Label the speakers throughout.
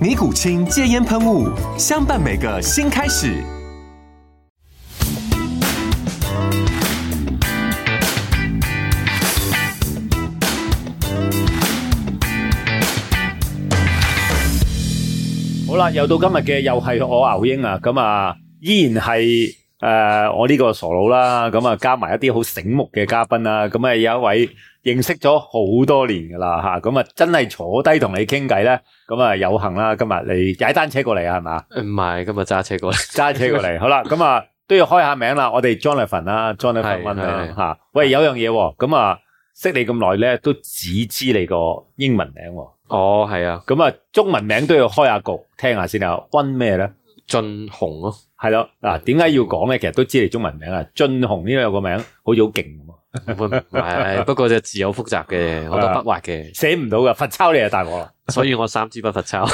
Speaker 1: 尼古清戒烟喷雾，相伴每个新开始。
Speaker 2: 好啦，又到今日嘅又係我牛英啊，咁啊依然係诶、呃我呢個傻佬啦，咁啊加埋一啲好醒目嘅嘉賓啦，咁啊有一位認識咗好多年噶啦吓，咁啊真係坐低同你傾偈咧，咁啊有幸啦，今日你踩單車過嚟啊，係嘛？
Speaker 3: 唔係，今日揸車過嚟。
Speaker 2: 揸車過 嚟，好啦，咁啊都要開下名啦，我哋 Jonathan 啦，Jonathan
Speaker 3: 係
Speaker 2: 温啦
Speaker 3: 係
Speaker 2: 吓，喂有樣嘢喎，咁啊識你咁耐咧，都只知你個英文名喎，
Speaker 3: 哦，係啊，
Speaker 2: 咁啊中文名都要開下局聽下先啊，温咩咧？
Speaker 3: 俊 雄咯，
Speaker 2: 系咯，嗱，點解要講咧？其實都知你中文名啊，俊雄呢個有個名好似好勁咁啊，
Speaker 3: 唔係，不過隻字好複雜嘅，好多
Speaker 2: 啊
Speaker 3: 筆畫嘅，
Speaker 2: 寫唔到噶，罰抄你就大鑊啦，
Speaker 3: 所以我三支筆罰抄，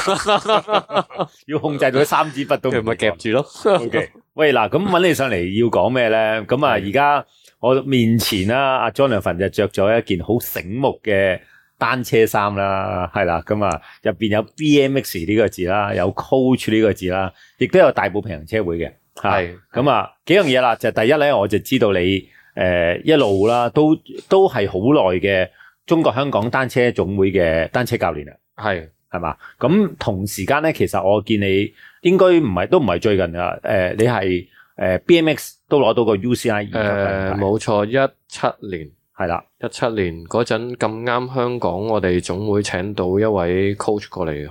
Speaker 2: 要控制 到三支筆都
Speaker 3: 佢咪夾住咯。
Speaker 2: O K，喂嗱，咁揾你上嚟要講咩咧？咁啊，而家我面前啦，阿 Jonathan 就着咗一件好醒目嘅單車衫啦，係啦，咁啊入邊有 B M X 呢個字啦，有 Coach 呢個字啦，亦都有大埔平衡車會嘅，嚇
Speaker 3: 係
Speaker 2: 咁啊幾樣嘢啦，就第一咧，我就知道你誒、呃一路啦，都都係好耐嘅中國香港單車總會嘅單車教練啦。
Speaker 3: 係
Speaker 2: 係嘛？咁同時間咧，其實我見你應該唔係都唔係最近噶，誒、你係誒、呃 BMX 都攞到個 UCI
Speaker 3: 誒，呃冇錯，一七年。
Speaker 2: 係啦，
Speaker 3: 一七年嗰陣咁啱香港，我哋總會請到一位 coach 過嚟去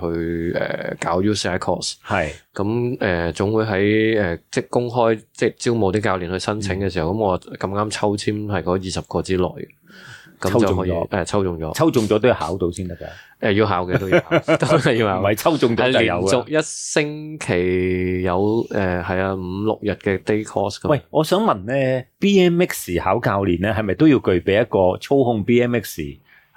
Speaker 3: 誒、呃搞 UCI course。
Speaker 2: 係
Speaker 3: 咁誒、呃、總會喺誒、呃即係公開即係招募啲教練去申請嘅時候，咁、我咁啱抽籤係嗰二十個之內嘅，
Speaker 2: 抽
Speaker 3: 咁
Speaker 2: 中
Speaker 3: 就可以
Speaker 2: 咗
Speaker 3: 誒、呃抽中咗，誒、
Speaker 2: 抽中咗都要考到先得㗎，
Speaker 3: 要考嘅都要 考，都係要考
Speaker 2: 唔。係抽中
Speaker 3: 啊係
Speaker 2: 咗就
Speaker 3: 連
Speaker 2: 有啊㗎。
Speaker 3: 續一星期有誒係、啊五六日嘅 day course 咁。
Speaker 2: 喂，我想問咧，BMX 考教練咧係咪都要具備一個操控 BMX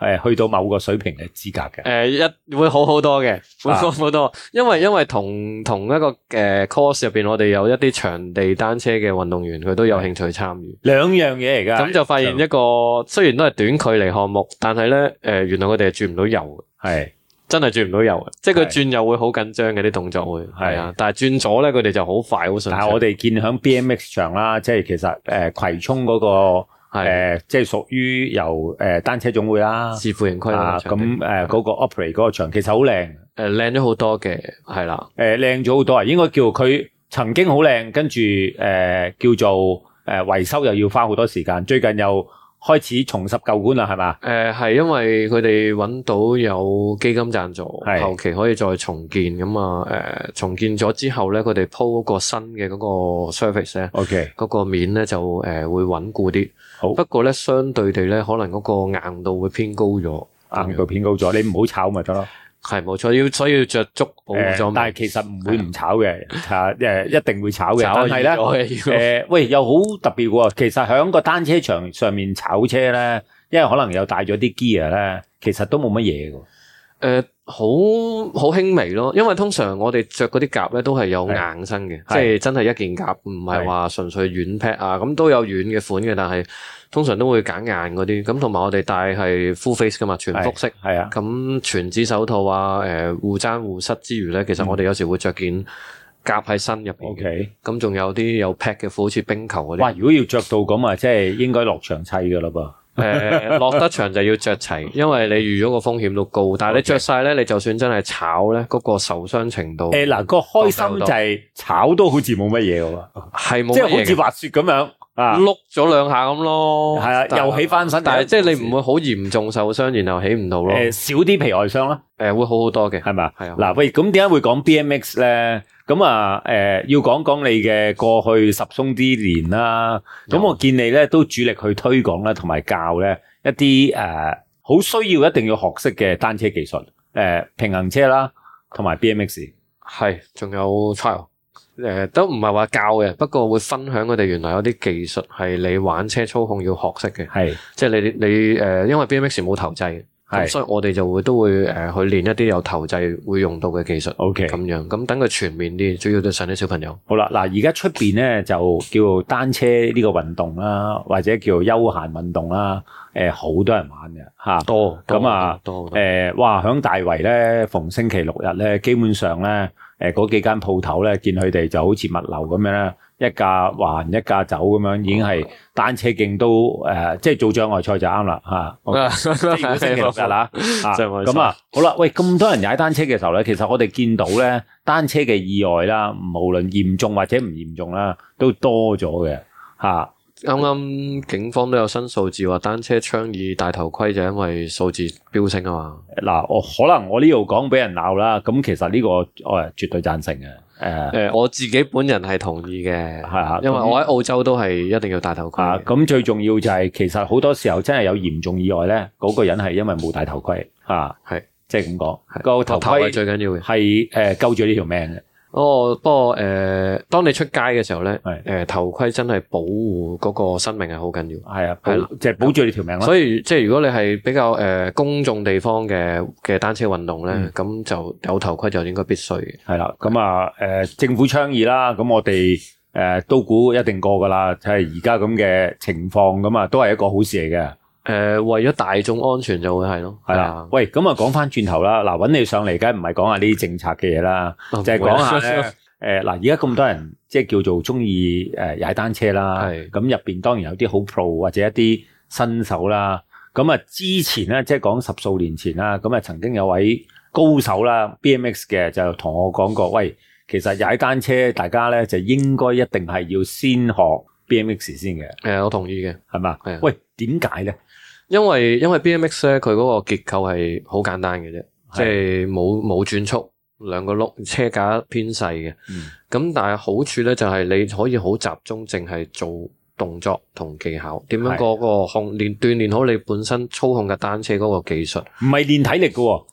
Speaker 2: 誒呃去到某個水平嘅資格嘅？
Speaker 3: 诶、一會好好多嘅，會
Speaker 2: 啊
Speaker 3: 好好多，因為因為同同一個诶、呃 course 入边，我哋有一啲場地單車嘅運動員，佢都有興趣參與。
Speaker 2: 兩樣嘢嚟㗎，
Speaker 3: 咁就發現一個雖然都係短距離項目，但係咧诶，原來我哋係轉唔到油嘅，
Speaker 2: 係
Speaker 3: 真係轉唔到油嘅，即係佢
Speaker 2: 係
Speaker 3: 轉右會好緊張嘅啲動作會
Speaker 2: 係
Speaker 3: 係啊，但係轉左咧佢哋就好快好順
Speaker 2: 但
Speaker 3: 暢。
Speaker 2: 係我哋見響 BMX 場啦，即係其實誒、呃葵涌嗰、個。誒、
Speaker 3: 係
Speaker 2: 即係屬於由誒、呃單車總會啦，
Speaker 3: 自負盈虧
Speaker 2: 啊
Speaker 3: 啦，
Speaker 2: 咁誒嗰個 operate 嗰個場其實好靚，
Speaker 3: 诶靓呃咗好多嘅，係啦，
Speaker 2: 誒靚咗好多啊！應該叫佢曾經好靚，跟住誒叫做誒、維修又要花好多時間，最近又開始重拾舊館啦，係嘛？
Speaker 3: 诶、呃係因為佢哋揾到有基金贊助，
Speaker 2: 係
Speaker 3: 後期可以再重建咁啊。诶、重建咗之後咧，佢哋鋪嗰個新嘅嗰個 surface 咧，
Speaker 2: OK，
Speaker 3: 嗰、個面咧就诶、呃、會穩固啲。
Speaker 2: 好
Speaker 3: 不過咧，相對地咧，可能嗰個硬度會偏高咗。
Speaker 2: 硬度偏高咗，你唔好炒咪得咯。
Speaker 3: 係冇錯，要所以要着足保護
Speaker 2: 誒
Speaker 3: 咗。
Speaker 2: 但係其實唔會唔炒嘅，嚇誒一定會炒嘅，
Speaker 3: 炒
Speaker 2: 但係咧。
Speaker 3: 係
Speaker 2: 誒、
Speaker 3: 咧，
Speaker 2: 呃喂，又好特別喎！其實喺個單車場上面炒車咧，因為可能又帶咗啲 gear 咧，其實都冇乜嘢嘅。
Speaker 3: 诶呃好好輕微咯，因為通常我哋着嗰啲夾咧都係有
Speaker 2: 係
Speaker 3: 硬身嘅，
Speaker 2: 係
Speaker 3: 即係真係一件夾，唔係話純粹軟 p 啊，咁都有軟嘅款嘅，但係通常都會揀硬嗰啲。咁同埋我哋戴係 full face 噶嘛，全覆式。
Speaker 2: 係啊，
Speaker 3: 咁全指手套啊，诶護踭護膝之餘咧，其實我
Speaker 2: 嗯
Speaker 3: 哋有時會着件夾喺身入边
Speaker 2: O
Speaker 3: 嘅，
Speaker 2: K，
Speaker 3: 咁仲有啲有 p 嘅褲，好似冰球嗰啲。
Speaker 2: 哇！如果要着到咁啊，即係應該落場砌噶啦噃。
Speaker 3: 诶，呃落得場就要着齊，因為你預咗個風險都高。但係你着晒咧，你就算真係炒咧，嗰個受傷程度
Speaker 2: 诶，嗱，個開心就係炒都好似冇乜嘢喎，
Speaker 3: 係冇
Speaker 2: 即係
Speaker 3: 乜
Speaker 2: 好
Speaker 3: 嘢
Speaker 2: 似
Speaker 3: 嘅
Speaker 2: 滑雪咁樣啊，
Speaker 3: 碌咗兩下咁咯。
Speaker 2: 係啊，
Speaker 3: 但
Speaker 2: 又起翻身，
Speaker 3: 但係即係你唔會好嚴重受傷，然後起唔到咯。
Speaker 2: 诶少啲皮外傷啦。
Speaker 3: 诶，會好好多嘅。
Speaker 2: 係咪啊
Speaker 3: 係啊
Speaker 2: 嗱，喂，咁點解會講 BMX 咧？咁啊，誒、要講講你嘅過去十鬆啲年啦。咁
Speaker 3: 有
Speaker 2: 我見你咧都主力去推廣啦，同埋教咧一啲誒好需要一定要學識嘅單車技術，誒、平衡車啦，同埋 BMX。
Speaker 3: 係，仲有 trial。誒、都唔係話教嘅，不過會分享佢哋原來有啲技術係你玩車操控要學識嘅，
Speaker 2: 係
Speaker 3: 即係你你誒、因為 BMX 冇頭掣，咁
Speaker 2: 係
Speaker 3: 所以我哋就會都會誒、去練一啲有頭掣會用到嘅技術，
Speaker 2: ，OK，
Speaker 3: 咁樣咁等佢全面啲，主要對上啲小朋友。
Speaker 2: 好啦，嗱，而家出邊咧就叫單車呢個運動啦，或者叫休閒運動啦，誒、好多人玩嘅嚇。
Speaker 3: 多
Speaker 2: 咁啊
Speaker 3: 多多
Speaker 2: 诶、哇！響大圍咧，逢星期六日咧，基本上咧，诶、嗰幾間鋪頭咧，見佢哋就好似物流咁樣啦，一架還一架走咁樣，已經係單車徑都诶、誒即係做障礙賽就啱啦吓。
Speaker 3: 啊
Speaker 2: 即係如果星期六日啦，啊
Speaker 3: 障礙賽
Speaker 2: 咁啊，好啦，喂，咁多人踩單車嘅時候咧，其實我哋見到咧，單車嘅意外啦，無論嚴重或者唔嚴重啦，都多咗嘅吓。
Speaker 3: 啱啱警方都有新數字話單車倡議戴頭盔就因為數字飆升啊嘛，
Speaker 2: 嗱、我可能我呢度講俾人鬧啦，咁其實呢、個我呃係絕對贊成嘅，呃诶、
Speaker 3: 誒、我自己本人係同意嘅，
Speaker 2: 係啊
Speaker 3: 因為我喺澳洲都係一定要戴頭盔嘅。
Speaker 2: 啊，咁最重要就係其實好多時候真係有嚴重意外咧，嗰、個人係因為冇戴頭盔啊，
Speaker 3: 嗯係
Speaker 2: 即係咁講，
Speaker 3: 係
Speaker 2: 個
Speaker 3: 頭
Speaker 2: 頭
Speaker 3: 盔
Speaker 2: 盔
Speaker 3: 最緊要嘅。
Speaker 2: 係誒救咗呢條命嘅，
Speaker 3: 哦，不過誒、呃，當你出街嘅時候咧，誒
Speaker 2: 係、
Speaker 3: 頭盔真係保護嗰個生命係好緊要。
Speaker 2: 係啊，
Speaker 3: 係啦
Speaker 2: 保即係保住你條命啦。
Speaker 3: 所以即係如果你係比較誒、呃公眾地方嘅嘅單車運動咧，
Speaker 2: 嗯
Speaker 3: 咁、就有頭盔就應該必須嘅。
Speaker 2: 係啦，咁啊誒政府倡議啦，咁我哋誒、呃都估一定過㗎啦，睇係而家咁嘅情況咁啊，都係一個好事嚟嘅。
Speaker 3: 誒、呃為咗大眾安全就會係咯，
Speaker 2: 係啦，，喂，咁啊講翻轉頭啦，嗱揾你上嚟，梗係唔係講下呢啲政策嘅嘢啦，
Speaker 3: 就
Speaker 2: 就係講下 咧。誒嗱，而家咁多人即係叫做中意誒踩單車啦，
Speaker 3: 係
Speaker 2: 咁入邊當然有啲好 pro 或者一啲新手啦。咁啊，之前咧即係講十數年前啦，咁啊曾經有位高手啦 BMX 嘅就同我講過，喂，其實踩單車大家咧就應該一定係要先學 BMX 先嘅，
Speaker 3: 誒、我同意嘅，
Speaker 2: 係嘛
Speaker 3: 係啊？
Speaker 2: 喂，點解咧？
Speaker 3: 因為因為 BMX 咧，佢嗰個結構係好簡單嘅啫，
Speaker 2: 係
Speaker 3: 即係冇冇轉速，兩個轆，車架偏細嘅。
Speaker 2: 嗯
Speaker 3: 咁但係好處咧，就係你可以好集中，淨係做動作同技巧，點樣
Speaker 2: 係
Speaker 3: 嗰個控練鍛鍊好你本身操控嘅單車嗰個技術，
Speaker 2: 唔係練體力嘅喎，
Speaker 3: 嗯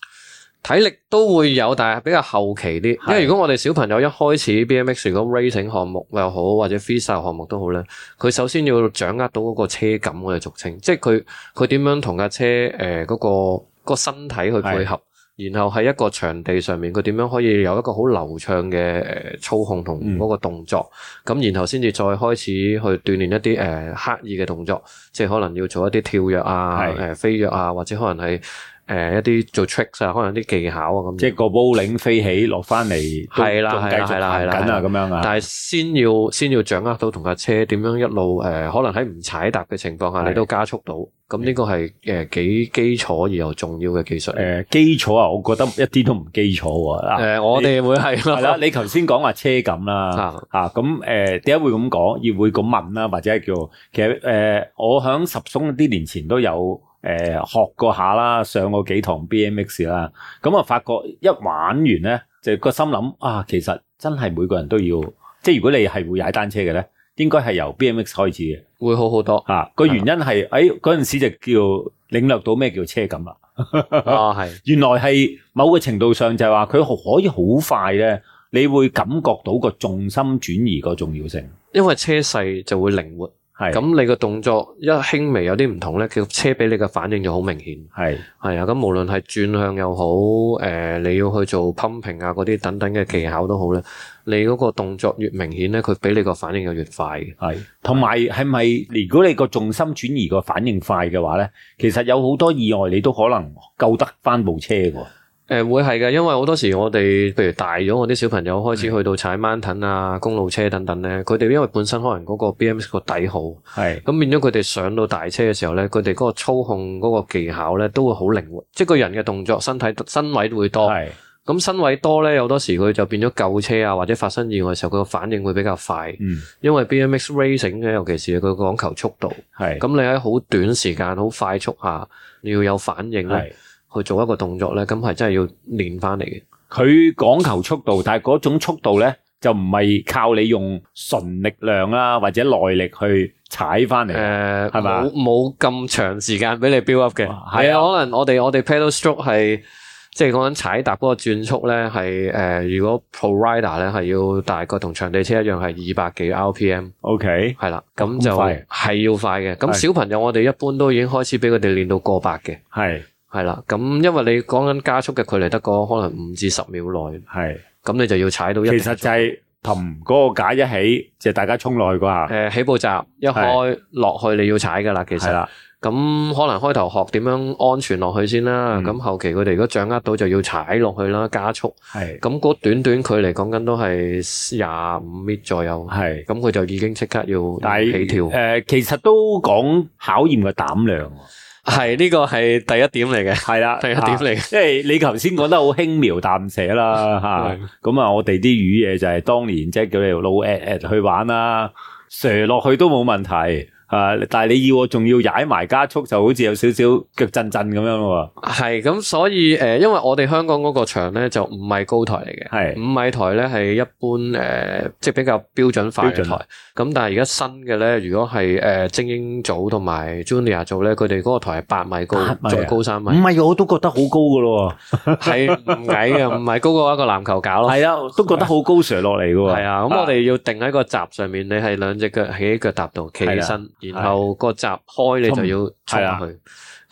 Speaker 3: 體力都會有，但係比較後期啲。因為
Speaker 2: 係
Speaker 3: 如果我哋小朋友一開始 BMX 如果 racing 項目又好，或者 freestyle 項目都好咧，佢首先要掌握到嗰個車感，我哋俗稱，即係佢佢點樣同架車誒嗰、個、個身體去配合。然後喺一個場地上面，佢點樣可以有一個好流暢嘅誒、呃操控同嗰個動作，咁、然後先至再開始去鍛鍊一啲誒、呃刻意嘅動作，即係可能要做一啲跳躍啊、誒、
Speaker 2: 係
Speaker 3: 飛躍啊，或者可能係誒、呃一啲做 tricks 啊，可能啲技巧啊咁樣。
Speaker 2: 即係個 bowling 飛起落翻嚟，都
Speaker 3: 係啦
Speaker 2: 仲
Speaker 3: 係啦
Speaker 2: 繼續
Speaker 3: 係啦
Speaker 2: 行
Speaker 3: 係啦
Speaker 2: 緊啊，
Speaker 3: 係
Speaker 2: 咁
Speaker 3: 啦
Speaker 2: 樣啊，
Speaker 3: 但係先要先要掌握到同架車點樣一路誒、呃可能喺唔踩踏嘅情況下，
Speaker 2: 係
Speaker 3: 你都加速到。咁呢個係誒幾基礎而又重要嘅技術。
Speaker 2: 誒、
Speaker 3: 誒、
Speaker 2: 基礎啊，我覺得一啲都唔基礎喎。嗱、
Speaker 3: 我哋會係
Speaker 2: 係啦
Speaker 3: 啦，，
Speaker 2: 你頭先講話車感啦，
Speaker 3: 啊
Speaker 2: 嚇咁誒呃點解會咁講，而會咁問啦，或者係叫其實誒、呃我響十松啲年前都有誒、呃、學過下啦，上過幾堂 BMX 啦，咁啊發覺一玩完咧，就個心諗啊，其實真係每個人都要，即係如果你係會踩單車嘅咧，應該係由 BMX 開始嘅。
Speaker 3: 會好好多
Speaker 2: 嚇。個、原因係誒嗰陣時就叫領略到咩叫車感啦。
Speaker 3: 啊，係。
Speaker 2: 原來係某個程度上就係話佢可以好快咧，你會感覺到個重心轉移個重要性。
Speaker 3: 因為車細就會靈活，
Speaker 2: 係
Speaker 3: 咁你個動作一輕微有啲唔同咧，佢車俾你嘅反應就好明顯。
Speaker 2: 係
Speaker 3: 係啊，咁無論係轉向又好，誒、你要去做 pumping 啊嗰啲等等嘅技巧都好咧，你嗰個動作越明顯咧，佢俾你個反應就越快嘅。
Speaker 2: 係，同埋係咪？如果你個重心轉移個反應快嘅話咧，其實有好多意外你都可能救得翻部車喎。
Speaker 3: 誒、誒呃會係嘅，因為好多時我哋譬如大咗，我啲小朋友開始去到踩 mountain 啊、公路車等等咧，佢哋因為本身可能嗰個 BMX 個底好，
Speaker 2: 系
Speaker 3: 咁變咗佢哋上到大車嘅時候咧，佢哋嗰個操控嗰個技巧咧都會好靈活，即係個人嘅動作、身體身位會多。
Speaker 2: 系
Speaker 3: 咁身位多咧，有多時佢就變咗救車啊，或者發生意外嘅時候，佢個反應會比較快，
Speaker 2: 嗯
Speaker 3: 因為 BMX racing 咧，尤其是佢講求速度，
Speaker 2: 系
Speaker 3: 咁你喺好短時間、好快速下，你要有反應咧。
Speaker 2: 系
Speaker 3: 去做一個動作咧，咁係真係要練翻嚟嘅。
Speaker 2: 佢講求速度，但係嗰種速度咧就唔係靠你用純力量啦或者耐力去踩翻嚟。
Speaker 3: 誒，
Speaker 2: 係嘛
Speaker 3: 呃冇冇咁長時間俾你 build up 嘅。
Speaker 2: 哇係
Speaker 3: 係
Speaker 2: 啊
Speaker 3: 啊，可能我哋我哋 pedal stroke 係即係講緊踩踏嗰個轉速咧，係誒、如果 pro rider 咧係要大概同場地車一樣係二百幾 RPM，
Speaker 2: OK，
Speaker 3: 係啦，咁
Speaker 2: 咁
Speaker 3: 就
Speaker 2: 快
Speaker 3: 係要快嘅。咁
Speaker 2: 係
Speaker 3: 小朋友我哋一般都已經開始俾佢哋練到過百嘅。
Speaker 2: 係
Speaker 3: 係啦，咁因為你講緊加速嘅距離得個可能五至十秒內，
Speaker 2: 係，
Speaker 3: 咁你就要踩到一定
Speaker 2: 其實就係同嗰個架一起，就大家衝落去嗰下，
Speaker 3: 诶、起步閘一開落去你要踩噶啦，其
Speaker 2: 係
Speaker 3: 實
Speaker 2: 啦，
Speaker 3: 咁可能開頭學點樣安全落去先啦，
Speaker 2: 嗯
Speaker 3: 咁、後期佢哋如果掌握到就要踩落去啦，加速，
Speaker 2: 係
Speaker 3: 咁嗰短短距離講緊都係廿五米左右，
Speaker 2: 係。
Speaker 3: 咁佢就已經即刻要
Speaker 2: 但
Speaker 3: 起跳
Speaker 2: 係，誒，其實都講考驗個膽量喎，
Speaker 3: 係呢個係第一點嚟嘅，
Speaker 2: 係啊啦，
Speaker 3: 第一點嚟嘅。
Speaker 2: 即係你頭先講得好輕描淡寫 啦，
Speaker 3: 係
Speaker 2: 吓咁啊！我哋啲魚嘢就係當年即係叫你老 at at 去玩啦，射落去都冇問題啊！但係你要我仲要踩埋加速，就好似有少少腳震震咁樣咯
Speaker 3: 係咁，所以誒、呃因為我哋香港嗰個場咧就唔係高台嚟嘅，
Speaker 2: 係
Speaker 3: 五米台咧係一般誒、呃即係比較標準化
Speaker 2: 標
Speaker 3: 嘅
Speaker 2: 準
Speaker 3: 台。咁但係而家新嘅咧，如果係誒、呃精英組同埋 junior 組咧，佢哋嗰個台係八米高，
Speaker 2: 八米啊
Speaker 3: 再高三
Speaker 2: 喎。
Speaker 3: 米
Speaker 2: 唔，係我都覺得好高噶咯
Speaker 3: 係唔矮嘅，唔係高過一個籃球架
Speaker 2: 喎，
Speaker 3: 咯。
Speaker 2: 係啊，都覺得好高射落嚟噶喎。
Speaker 3: 係啊，咁我哋要定喺個閘上面，你係兩隻腳企喺腳踏度企起身，然後個閘開你就要衝
Speaker 2: 係啊
Speaker 3: 入去。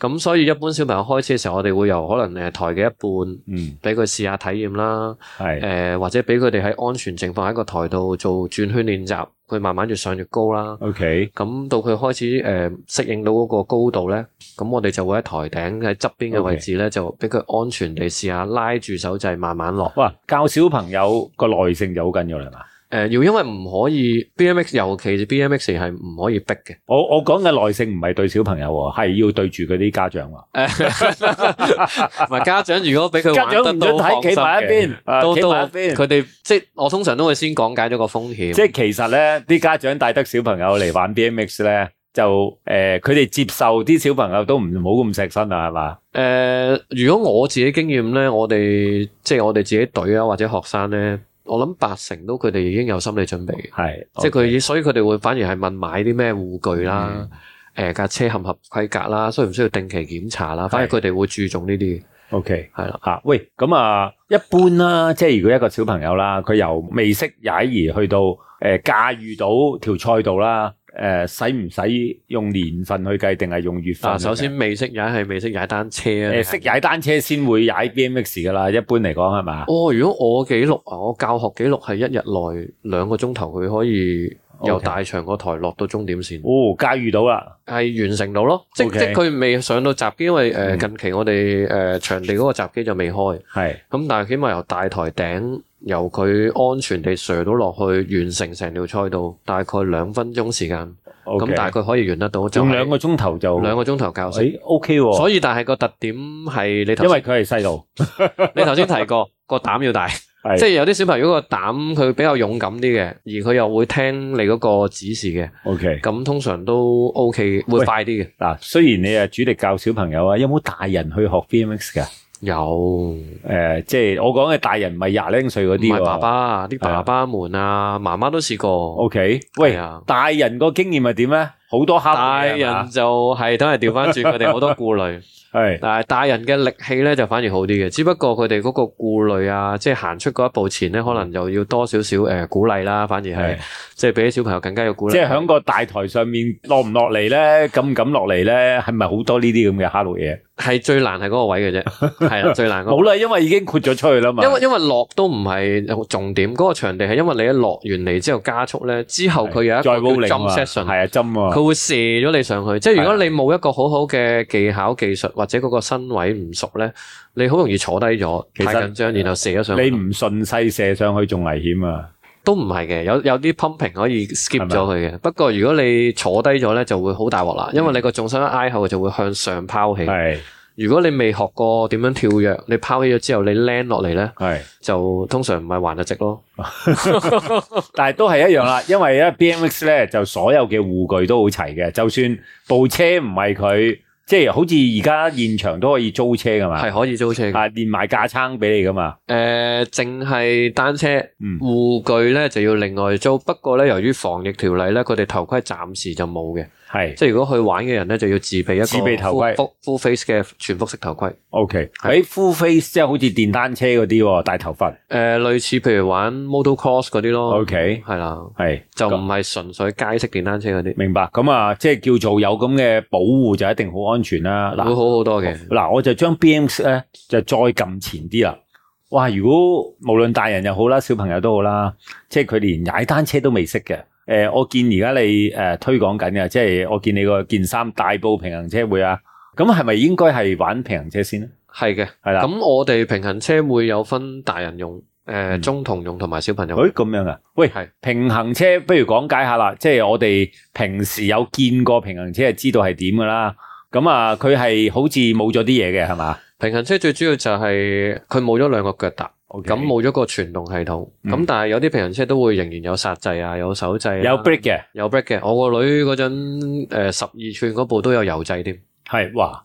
Speaker 3: 咁所以一般小朋友開始嘅時候，我哋會由可能誒呃台嘅一半。
Speaker 2: 嗯
Speaker 3: 俾佢試下體驗啦，誒、
Speaker 2: 係
Speaker 3: 呃或者俾佢哋喺安全情況喺個台度做轉圈練習，佢慢慢越上越高
Speaker 2: 嗯
Speaker 3: 啦。
Speaker 2: OK
Speaker 3: 咁到佢開始誒、呃、適應到嗰個高度咧，咁我哋就會喺台頂喺側邊嘅位置咧就俾佢安全地試下拉住手掣慢慢落。誒、
Speaker 2: 哇！教小朋友個耐性就好緊要啦係嘛。
Speaker 3: 要呃因為唔可以 BMX，尤其是 BMX 係唔可以逼 嘅。
Speaker 2: 我我講嘅耐性唔係對小朋友喎，係要對住嗰啲家長喎。
Speaker 3: 唔係家長如果 俾佢
Speaker 2: 家
Speaker 3: 玩
Speaker 2: 長
Speaker 3: 得
Speaker 2: 唔
Speaker 3: 到
Speaker 2: 准
Speaker 3: 放
Speaker 2: 睇，
Speaker 3: 心
Speaker 2: 企埋一
Speaker 3: 嘅，
Speaker 2: 邊，啊
Speaker 3: 都
Speaker 2: 企
Speaker 3: 都
Speaker 2: 埋一邊。
Speaker 3: 佢哋即係我通常都會先講解咗個風險。
Speaker 2: 即係其實咧，啲家長帶得小朋友嚟玩 BMX 咧，就诶，佢、哋接受啲小朋友都唔好咁錫身啊啦，係嘛？
Speaker 3: 誒、呃如果我自己經驗咧，我哋即係我哋自己隊啊，或者學生咧，我諗八成都佢哋已經有心理準備嘅，
Speaker 2: 係，
Speaker 3: 即係佢，所以佢哋會反而係問買啲咩護具啦，誒架、車合唔合規格啦，需唔需要定期檢查啦，反而佢哋會注重呢啲，
Speaker 2: OK
Speaker 3: 係啦。
Speaker 2: 吓、喂，咁啊，一般啦，即係如果一個小朋友啦，佢由未識踩兒去到诶驾驭到條賽道啦，诶、使唔使用年份去計定係用月份
Speaker 3: 啊，
Speaker 2: 去計？
Speaker 3: 首先未識踩係未識踩單車啊，
Speaker 2: 诶，识、踩單車先會踩 BMX 噶啦，一般嚟講係嘛？
Speaker 3: 哦，如果我記錄啊，我教學記錄係一日內兩個鐘頭，佢可以由
Speaker 2: OK
Speaker 3: 大場個台落到終點線。
Speaker 2: 哦，駕馭到啦。
Speaker 3: 係完成到咯，即
Speaker 2: OK
Speaker 3: 即佢未上到閘機，因為誒、呃
Speaker 2: 嗯
Speaker 3: 近期我哋誒、呃、場地嗰個閘機就未開，
Speaker 2: 係
Speaker 3: 咁但係起碼由大台頂由佢安全地射到落去，完成成條賽道大概兩分鐘時間，咁
Speaker 2: OK
Speaker 3: 大概可以完得到，就
Speaker 2: 用
Speaker 3: 係
Speaker 2: 兩個鐘頭就
Speaker 3: 兩個鐘頭教識。
Speaker 2: 誒 OK 喎，
Speaker 3: 所以但係個特點係你頭
Speaker 2: 因為
Speaker 3: 先
Speaker 2: 佢係細路，
Speaker 3: 你頭先提過個膽要大，
Speaker 2: 係
Speaker 3: 即係有啲小朋友個膽佢比較勇敢啲嘅，而佢又會聽你嗰個指示嘅，
Speaker 2: OK
Speaker 3: 咁通常都 OK
Speaker 2: 喂
Speaker 3: 會快啲嘅。
Speaker 2: 嗱，雖然你啊主力教小朋友啊，有冇大人去學 BMX 噶？誒、
Speaker 3: 有。
Speaker 2: 呃即係我講嘅大人唔係廿零歲嗰
Speaker 3: 唔
Speaker 2: 啲喎。
Speaker 3: 係爸爸啊，啲爸爸們啊，媽媽都試過。
Speaker 2: OK，喂，哦啊
Speaker 3: 係啊
Speaker 2: 大人個經驗係點咧？好多黑
Speaker 3: 大人就係都係調翻轉，佢哋好多 顧慮。
Speaker 2: 係
Speaker 3: 但係大人嘅力氣咧就反而好啲嘅，只不過佢哋嗰個顧慮啊，即係行出嗰一步前咧，可能就要多少少誒鼓勵啦，反而係
Speaker 2: 係
Speaker 3: 即係俾小朋友更加要鼓勵。
Speaker 2: 即係喺個大台上面落唔落嚟咧，敢唔敢落嚟咧？係咪好多呢啲咁嘅哈路嘢？
Speaker 3: 係最難係嗰個位嘅啫， 係啦，最難嗰個
Speaker 2: 冇啦，啊因為已經豁咗出去啦嘛。
Speaker 3: 因為因為落都唔係重點，嗰、個場地係因為你一落完嚟之後加速咧，之後佢有一
Speaker 2: 再 rolling
Speaker 3: 個叫 jump
Speaker 2: 啊
Speaker 3: session，
Speaker 2: 係啊，針啊，
Speaker 3: 佢會射咗你上去。即係如果
Speaker 2: 啊
Speaker 3: 你冇一個好好嘅技巧、技術或者嗰個身位唔熟咧，你好容易坐低咗，
Speaker 2: 其實啊
Speaker 3: 太緊張，然後射咗上去。
Speaker 2: 你唔順勢射上去仲危險啊！
Speaker 3: 都唔係嘅，有有啲 pumping 可以 skip
Speaker 2: 係咪啊嗯
Speaker 3: 咗佢嘅。不過如果你坐低咗咧，就會好大鑊啦，因為你個重心一挨後就會向上拋起。
Speaker 2: 係
Speaker 3: 如果你未學過點樣跳躍，你拋起咗之後你 land 落嚟咧，
Speaker 2: 係，
Speaker 3: 就通常唔係還就直咯。
Speaker 2: 但係都係一樣啦，因為咧 B M X 咧就所有嘅護具都好齊嘅，就算部車唔係佢，即係好似而家現場都可以租車噶嘛，
Speaker 3: 係可以租車嘅。
Speaker 2: 啊連埋架撐俾你噶嘛，
Speaker 3: 诶，呃淨係單車
Speaker 2: 嗯
Speaker 3: 護具咧就要另外租，不過咧由於防疫條例咧，佢哋頭盔暫時就冇嘅，
Speaker 2: 係。
Speaker 3: 即係如果去玩嘅人咧就要自備一個
Speaker 2: 自備頭盔
Speaker 3: full, full face 嘅全覆式頭盔。
Speaker 2: O K，
Speaker 3: 係
Speaker 2: 喺 full face 即係好似電單車嗰啲喎，大頭髮。
Speaker 3: 诶、呃類似譬如玩 motocross 嗰啲咯
Speaker 2: O K，
Speaker 3: 係啦，
Speaker 2: 係
Speaker 3: 哦就
Speaker 2: 咁
Speaker 3: 唔係純粹街式電單車嗰啲，
Speaker 2: 明白。咁啊，即係叫做有咁嘅保護就一定好安全啦。
Speaker 3: 會
Speaker 2: 嗱
Speaker 3: 好好多嘅。
Speaker 2: 嗱，我就將 B M X 咧就再撳前啲啦。哇！如果無論大人又好啦，小朋友都好啦，即係佢連踩單車都未識嘅。誒、我見而家你誒、推廣緊嘅，即係我見你個件衫大埔平衡車會啊。咁係咪應該係玩平衡車先咧？
Speaker 3: 係嘅，
Speaker 2: 係啦。
Speaker 3: 咁我哋平衡車會有分大人用、诶、
Speaker 2: 嗯
Speaker 3: 中童用同埋小朋友。
Speaker 2: 诶，咁样啊？喂
Speaker 3: 係，
Speaker 2: 平衡車不如講解下啦，即係我哋平時有見過平衡車，係知道係點噶啦。咁啊，佢係好似冇咗啲嘢嘅，係嘛
Speaker 3: 平衡車最主要就係佢冇咗兩個腳踏。
Speaker 2: ？OK，
Speaker 3: 咁冇咗個傳動系統，咁、
Speaker 2: 嗯
Speaker 3: 但係有啲平衡車都會仍然有煞掣啊，有手掣啊、
Speaker 2: 有 break 嘅，
Speaker 3: 有 break 嘅。我個女嗰陣誒十二寸嗰部都有油 掣添，啊
Speaker 2: 係哇，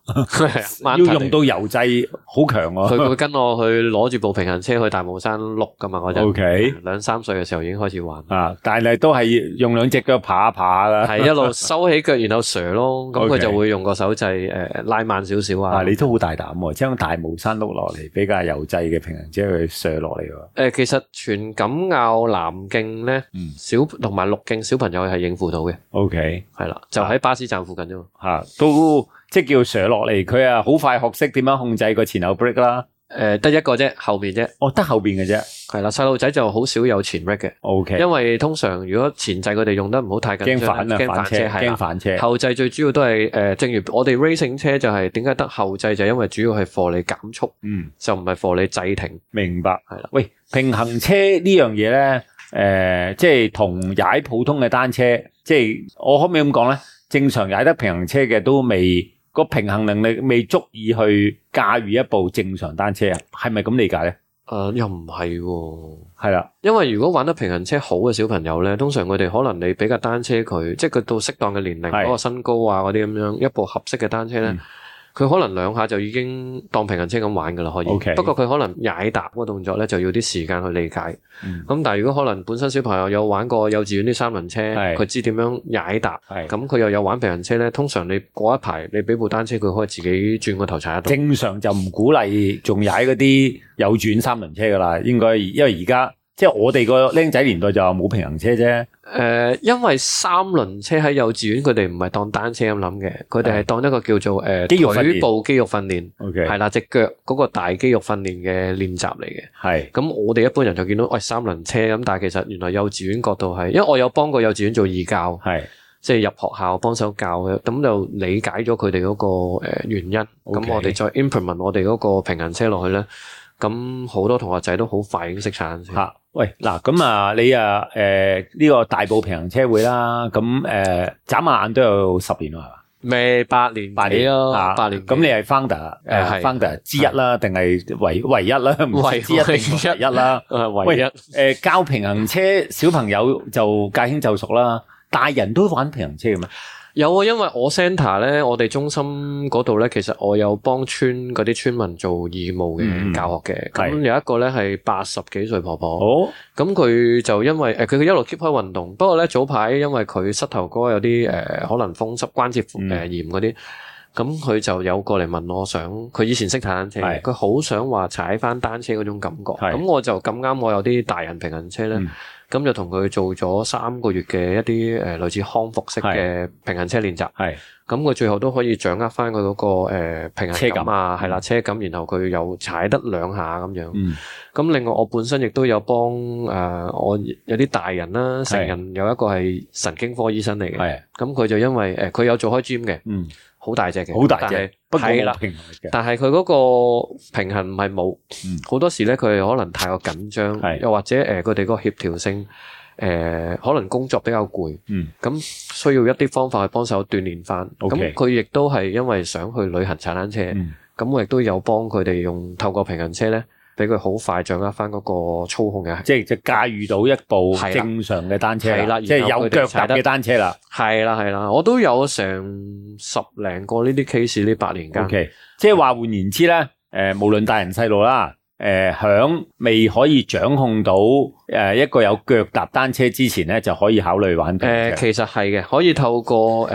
Speaker 3: 要
Speaker 2: 要用到油掣好強
Speaker 3: 佢
Speaker 2: 喎。
Speaker 3: 佢跟我去攞住部平衡車去大帽山碌噶嘛嗰
Speaker 2: O
Speaker 3: 陣，
Speaker 2: K，
Speaker 3: 兩三歲嘅時候已經開始玩
Speaker 2: 啊，但係都係用兩隻腳爬一爬啦。
Speaker 3: 係一路收起腳然後蛇咯，咁
Speaker 2: OK
Speaker 3: 佢就會用個手掣誒、呃拉慢少少
Speaker 2: 啊，
Speaker 3: 啊。
Speaker 2: 你都好大膽喎，將大帽山碌落嚟，俾架油掣嘅平衡車去射落嚟喎。
Speaker 3: 誒、呃其實全錦拗南徑咧，
Speaker 2: 嗯
Speaker 3: 小同埋陸徑小朋友係應付到嘅，
Speaker 2: O K，
Speaker 3: 係啦，
Speaker 2: 啊
Speaker 3: 就喺巴士站附近啫嘛。
Speaker 2: 吓啊都即係叫射落嚟，佢啊好快學識點樣控制個前後 break 啦。
Speaker 3: 誒、呃得一個啫，後面啫。
Speaker 2: 哦，得後邊嘅啫。
Speaker 3: 系啦，細路仔就好少有前 break 嘅，
Speaker 2: O K，
Speaker 3: 因為通常如果前掣佢哋用得唔好太緊
Speaker 2: 惊
Speaker 3: 張，
Speaker 2: 反啊，
Speaker 3: 驚
Speaker 2: 反
Speaker 3: 反
Speaker 2: 车，
Speaker 3: 車係
Speaker 2: 惊
Speaker 3: 啦。
Speaker 2: 反车，
Speaker 3: 後掣最主要都係诶、呃正如我哋 racing 車就係點解得後掣，就因為主要係 for 你減速，
Speaker 2: 嗯，
Speaker 3: 就唔係 for 你制停。
Speaker 2: 明白，
Speaker 3: 係啦。
Speaker 2: 喂，平衡車呢樣嘢咧，诶、即係同踩普通嘅單車，即係我可唔可以咁講咧？正常踩得平衡車嘅都未個平衡能力未足以去駕馭一部正常單車啊，係咪咁理解咧？
Speaker 3: 诶、啊又唔係喎，
Speaker 2: 係啦，
Speaker 3: 因為如果玩得平衡車好嘅小朋友咧，通常佢哋可能你俾架單車佢，即係佢到適當嘅年齡，
Speaker 2: 係
Speaker 3: 嗰個身高啊嗰啲咁樣，一部合適嘅單車咧。
Speaker 2: 嗯
Speaker 3: 佢可能兩下就已經當平衡車咁玩噶啦，可以。
Speaker 2: OK
Speaker 3: 不過佢可能踩踏嗰個動作咧，就要啲時間去理解。
Speaker 2: 嗯，
Speaker 3: 咁但係如果可能本身小朋友有玩過幼稚園啲三輪車，
Speaker 2: 係
Speaker 3: 佢知點樣踩踏，
Speaker 2: 係
Speaker 3: 咁佢又有玩平衡車咧，通常你嗰一排你俾部單車佢可以自己轉個頭踩得到。
Speaker 2: 正常就唔鼓勵仲踩嗰啲有轉三輪車噶啦，應該因為而家即係我哋個僆仔年代就冇平衡車啫，
Speaker 3: 誒、呃因為三輪車喺幼稚園佢哋唔係當單車咁諗嘅，佢哋係
Speaker 2: 係
Speaker 3: 當一個叫做誒、呃、
Speaker 2: 啊肌肉訓練
Speaker 3: 腿部肌肉訓練，
Speaker 2: ，OK，
Speaker 3: 係啦隻腳嗰個大肌肉訓練嘅練習嚟嘅。
Speaker 2: 係
Speaker 3: 咁我哋一般人就見到喂三輪車咁，但係其實原來幼稚園角度係，因為我有幫過幼稚園做義教。
Speaker 2: 係
Speaker 3: 即係入學校幫手教嘅，咁就理解咗佢哋嗰個呃原因。咁
Speaker 2: OK
Speaker 3: 我哋再 implement 我哋嗰個平衡車落去咧，咁好多同學仔都好快已經識踩單車。
Speaker 2: 吓、喂，嗱，咁啊，你啊，诶、呢、個大埔平衡車會啦，咁诶，眨、下眼都有十年啦，
Speaker 3: 咪八
Speaker 2: 係嘛？
Speaker 3: 年
Speaker 2: 八
Speaker 3: 幾
Speaker 2: 年啊
Speaker 3: 咯，嗯啊八年幾。
Speaker 2: 咁你係 founder，诶、
Speaker 3: 誒係
Speaker 2: founder 之一啦，定係唯唯一 啦，唔
Speaker 3: 唯
Speaker 2: 知之一定唯一啦。
Speaker 3: 誒
Speaker 2: 喂
Speaker 3: 啊唯一
Speaker 2: 诶、教平衡車小朋友就駕輕就熟啦，大人都玩平衡車嘅咩？
Speaker 3: 有啊，因為我 centre 咧，我哋中心嗰度咧，其實我有幫村嗰啲村民做義務
Speaker 2: 嗯
Speaker 3: 嘅教學嘅。咁
Speaker 2: 係
Speaker 3: 有一個咧係八十幾歲婆婆。
Speaker 2: 哦，
Speaker 3: 咁佢就因為誒佢佢一路 keep 開運動，不過咧早排因為佢膝頭哥有啲誒、呃可能風濕關節
Speaker 2: 嗯
Speaker 3: 誒炎嗰啲，咁佢就有過嚟問我想，佢以前識踩單車
Speaker 2: 係
Speaker 3: 嘅，佢好想話踩翻單車嗰種感覺。
Speaker 2: 係
Speaker 3: 咁我就咁啱，我有啲大人平衡車咧，
Speaker 2: 嗯
Speaker 3: 咁、就同佢做咗三個月嘅一啲誒、呃、類似康復式嘅平衡車練習。
Speaker 2: 係
Speaker 3: 咁佢最後都可以掌握翻佢嗰個、呃、平衡感啊，
Speaker 2: 車感
Speaker 3: 係啦車感，然後佢又踩得兩下咁樣。
Speaker 2: 嗯
Speaker 3: 咁另外我本身亦都有幫誒、呃我有啲大人啦，成人有一個係神經科醫生嚟嘅，
Speaker 2: 係
Speaker 3: 咁佢就因為誒佢、有做開 gym 嘅，
Speaker 2: 啊嗯
Speaker 3: 好大隻嘅，
Speaker 2: 好大
Speaker 3: 但係
Speaker 2: 隻，不過
Speaker 3: 係啦
Speaker 2: 冇平衡力嘅，
Speaker 3: 但係佢嗰個平衡唔係冇
Speaker 2: 嗯，
Speaker 3: 好、多時咧佢可能太過緊張，
Speaker 2: 係
Speaker 3: 又或者誒佢哋個協調性誒、呃可能工作比較攰，
Speaker 2: 嗯
Speaker 3: 咁需要一啲方法去幫手鍛鍊翻。咁
Speaker 2: OK
Speaker 3: 佢亦都係因為想去旅行踩單車，咁、
Speaker 2: 嗯
Speaker 3: 我亦都有幫佢哋用透過平衡車咧，俾佢好快掌握翻嗰個操控嘅。
Speaker 2: 即係就駕馭到一部
Speaker 3: 係啦
Speaker 2: 正常嘅單車
Speaker 3: 係啦
Speaker 2: 啦，即係
Speaker 3: 然後
Speaker 2: 有
Speaker 3: 佢哋
Speaker 2: 腳
Speaker 3: 踩
Speaker 2: 踏
Speaker 3: 得
Speaker 2: 嘅單車啦。
Speaker 3: 係啦係啦，我都有成十零個呢啲 case 呢八年間。
Speaker 2: O K，即係話換言之咧，诶、無論大人細路啦，诶、響未可以掌控到诶、誒一個有腳踏單車之前咧，就可以考慮玩
Speaker 3: 誒、
Speaker 2: 平衡車
Speaker 3: 呃其實係嘅，可以透過誒、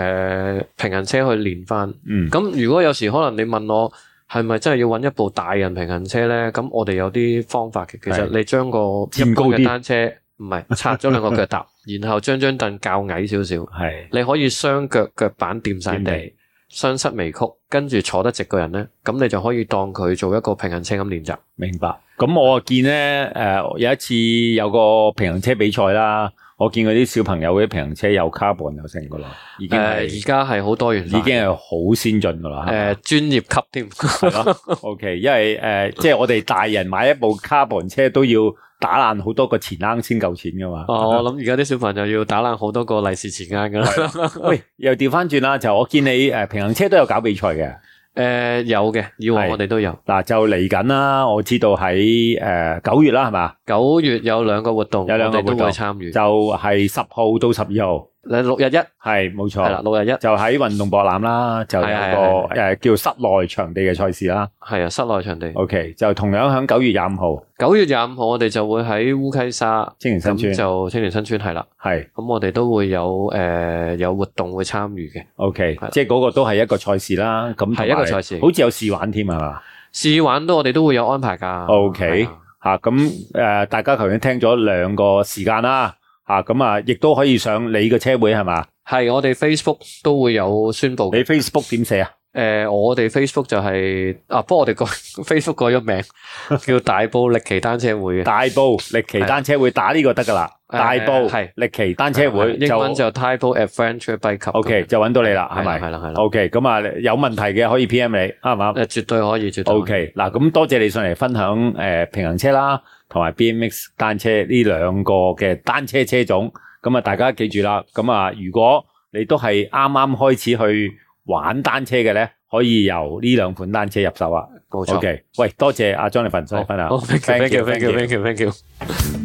Speaker 3: 平衡車去練翻。
Speaker 2: 嗯，
Speaker 3: 咁如果有時可能你問我係咪真係要揾一部大人平衡車咧？咁我哋有啲方法嘅。其實
Speaker 2: 係
Speaker 3: 你將個
Speaker 2: 墊
Speaker 3: 一
Speaker 2: 高
Speaker 3: 般嘅
Speaker 2: 啲
Speaker 3: 單車唔係拆咗兩個 腳踏，然後將張凳較矮少少，
Speaker 2: 係
Speaker 3: 你可以雙腳腳板掂晒
Speaker 2: 掂
Speaker 3: 地
Speaker 2: 地，
Speaker 3: 雙膝微曲，跟住坐得直個人咧，咁你就可以當佢做一個平衡車咁練習。
Speaker 2: 明白。咁我見咧，诶、有一次有個平衡車比賽啦，我見嗰啲小朋友嗰啲平衡車有 carbon 有成噶啦，已
Speaker 3: 誒
Speaker 2: 經係、
Speaker 3: 呃而家呃係好多元
Speaker 2: 已
Speaker 3: 化，
Speaker 2: 經係好先進噶啦。
Speaker 3: 誒、專業級添。
Speaker 2: 系咯 ，OK，因為诶、誒即係我哋大人買一部 carbon 車都要打爛好多個錢罌先夠錢噶嘛。
Speaker 3: 哦，我諗而家啲小朋友要打爛好多個利是錢啱噶啦。
Speaker 2: 喂，又調翻轉啦，就我見你诶、誒平衡車都有搞比賽嘅，
Speaker 3: 诶、呃有嘅，以往
Speaker 2: 係
Speaker 3: 我哋都有。
Speaker 2: 嗱、就嚟緊啦，我知道喺诶九月啦，係嘛，
Speaker 3: 九月有兩個活動，
Speaker 2: 有兩個活動
Speaker 3: 我哋都會參與
Speaker 2: 就。哦係十號到十二號，
Speaker 3: 你六日一係
Speaker 2: 係冇
Speaker 3: 啦，
Speaker 2: 錯，
Speaker 3: 六日一
Speaker 2: 就喺運動博覽啦，就有個
Speaker 3: 係係係
Speaker 2: 诶、誒叫室內場地嘅賽事啦。
Speaker 3: 係啊，室內場地。
Speaker 2: OK，就同樣喺九月廿五號
Speaker 3: 九月廿五號我哋就會喺烏溪沙，
Speaker 2: 青年新村
Speaker 3: 咁就青年新村係啦。
Speaker 2: 係
Speaker 3: 咁我哋都會有诶、誒有活動會參與嘅，
Speaker 2: OK，
Speaker 3: 係啦
Speaker 2: 即係嗰個都係一個賽事啦。咁
Speaker 3: 係一個
Speaker 2: 同埋
Speaker 3: 賽事
Speaker 2: 好似有試玩添係嘛？
Speaker 3: 試玩都我哋都會有安排㗎。
Speaker 2: OK
Speaker 3: 係啊
Speaker 2: 吓咁诶，誒大家頭先聽咗兩個時間啦，吓咁啊，亦都可以上你嘅車會係嘛？
Speaker 3: 係我哋 Facebook 都會有宣佈
Speaker 2: 你
Speaker 3: 嘅。
Speaker 2: Facebook 點寫啊？
Speaker 3: 诶、我哋 Facebook 就係啊，不過我哋改 Facebook 改咗名，叫大埔力奇單車會嘅。
Speaker 2: 大埔力奇單車會打呢個得㗎啦，
Speaker 3: 係
Speaker 2: 大埔
Speaker 3: 係
Speaker 2: 力奇單車會
Speaker 3: 英文就 Type Adventure Bike Club。
Speaker 2: OK 就揾到你啦，係
Speaker 3: 係啦，係
Speaker 2: 咪
Speaker 3: 啦，係啦。
Speaker 2: ？OK 咁啊，有問題嘅可以 PM 你，啱唔啱
Speaker 3: 诶，绝对可以，絕對可以。
Speaker 2: ？OK 嗱，咁多謝你上嚟分享诶平衡車啦，同埋 BMX 單車呢兩個嘅單車車種。咁啊，大家記住啦。咁啊，如果你都係啱啱開始去玩單車嘅咧，可以由呢兩款單車入手啊。
Speaker 3: 冇錯。
Speaker 2: OK，喂，多謝阿 Jonathan 上嚟分享。
Speaker 3: 好，thank you，thank you，thank you，thank you，thank you。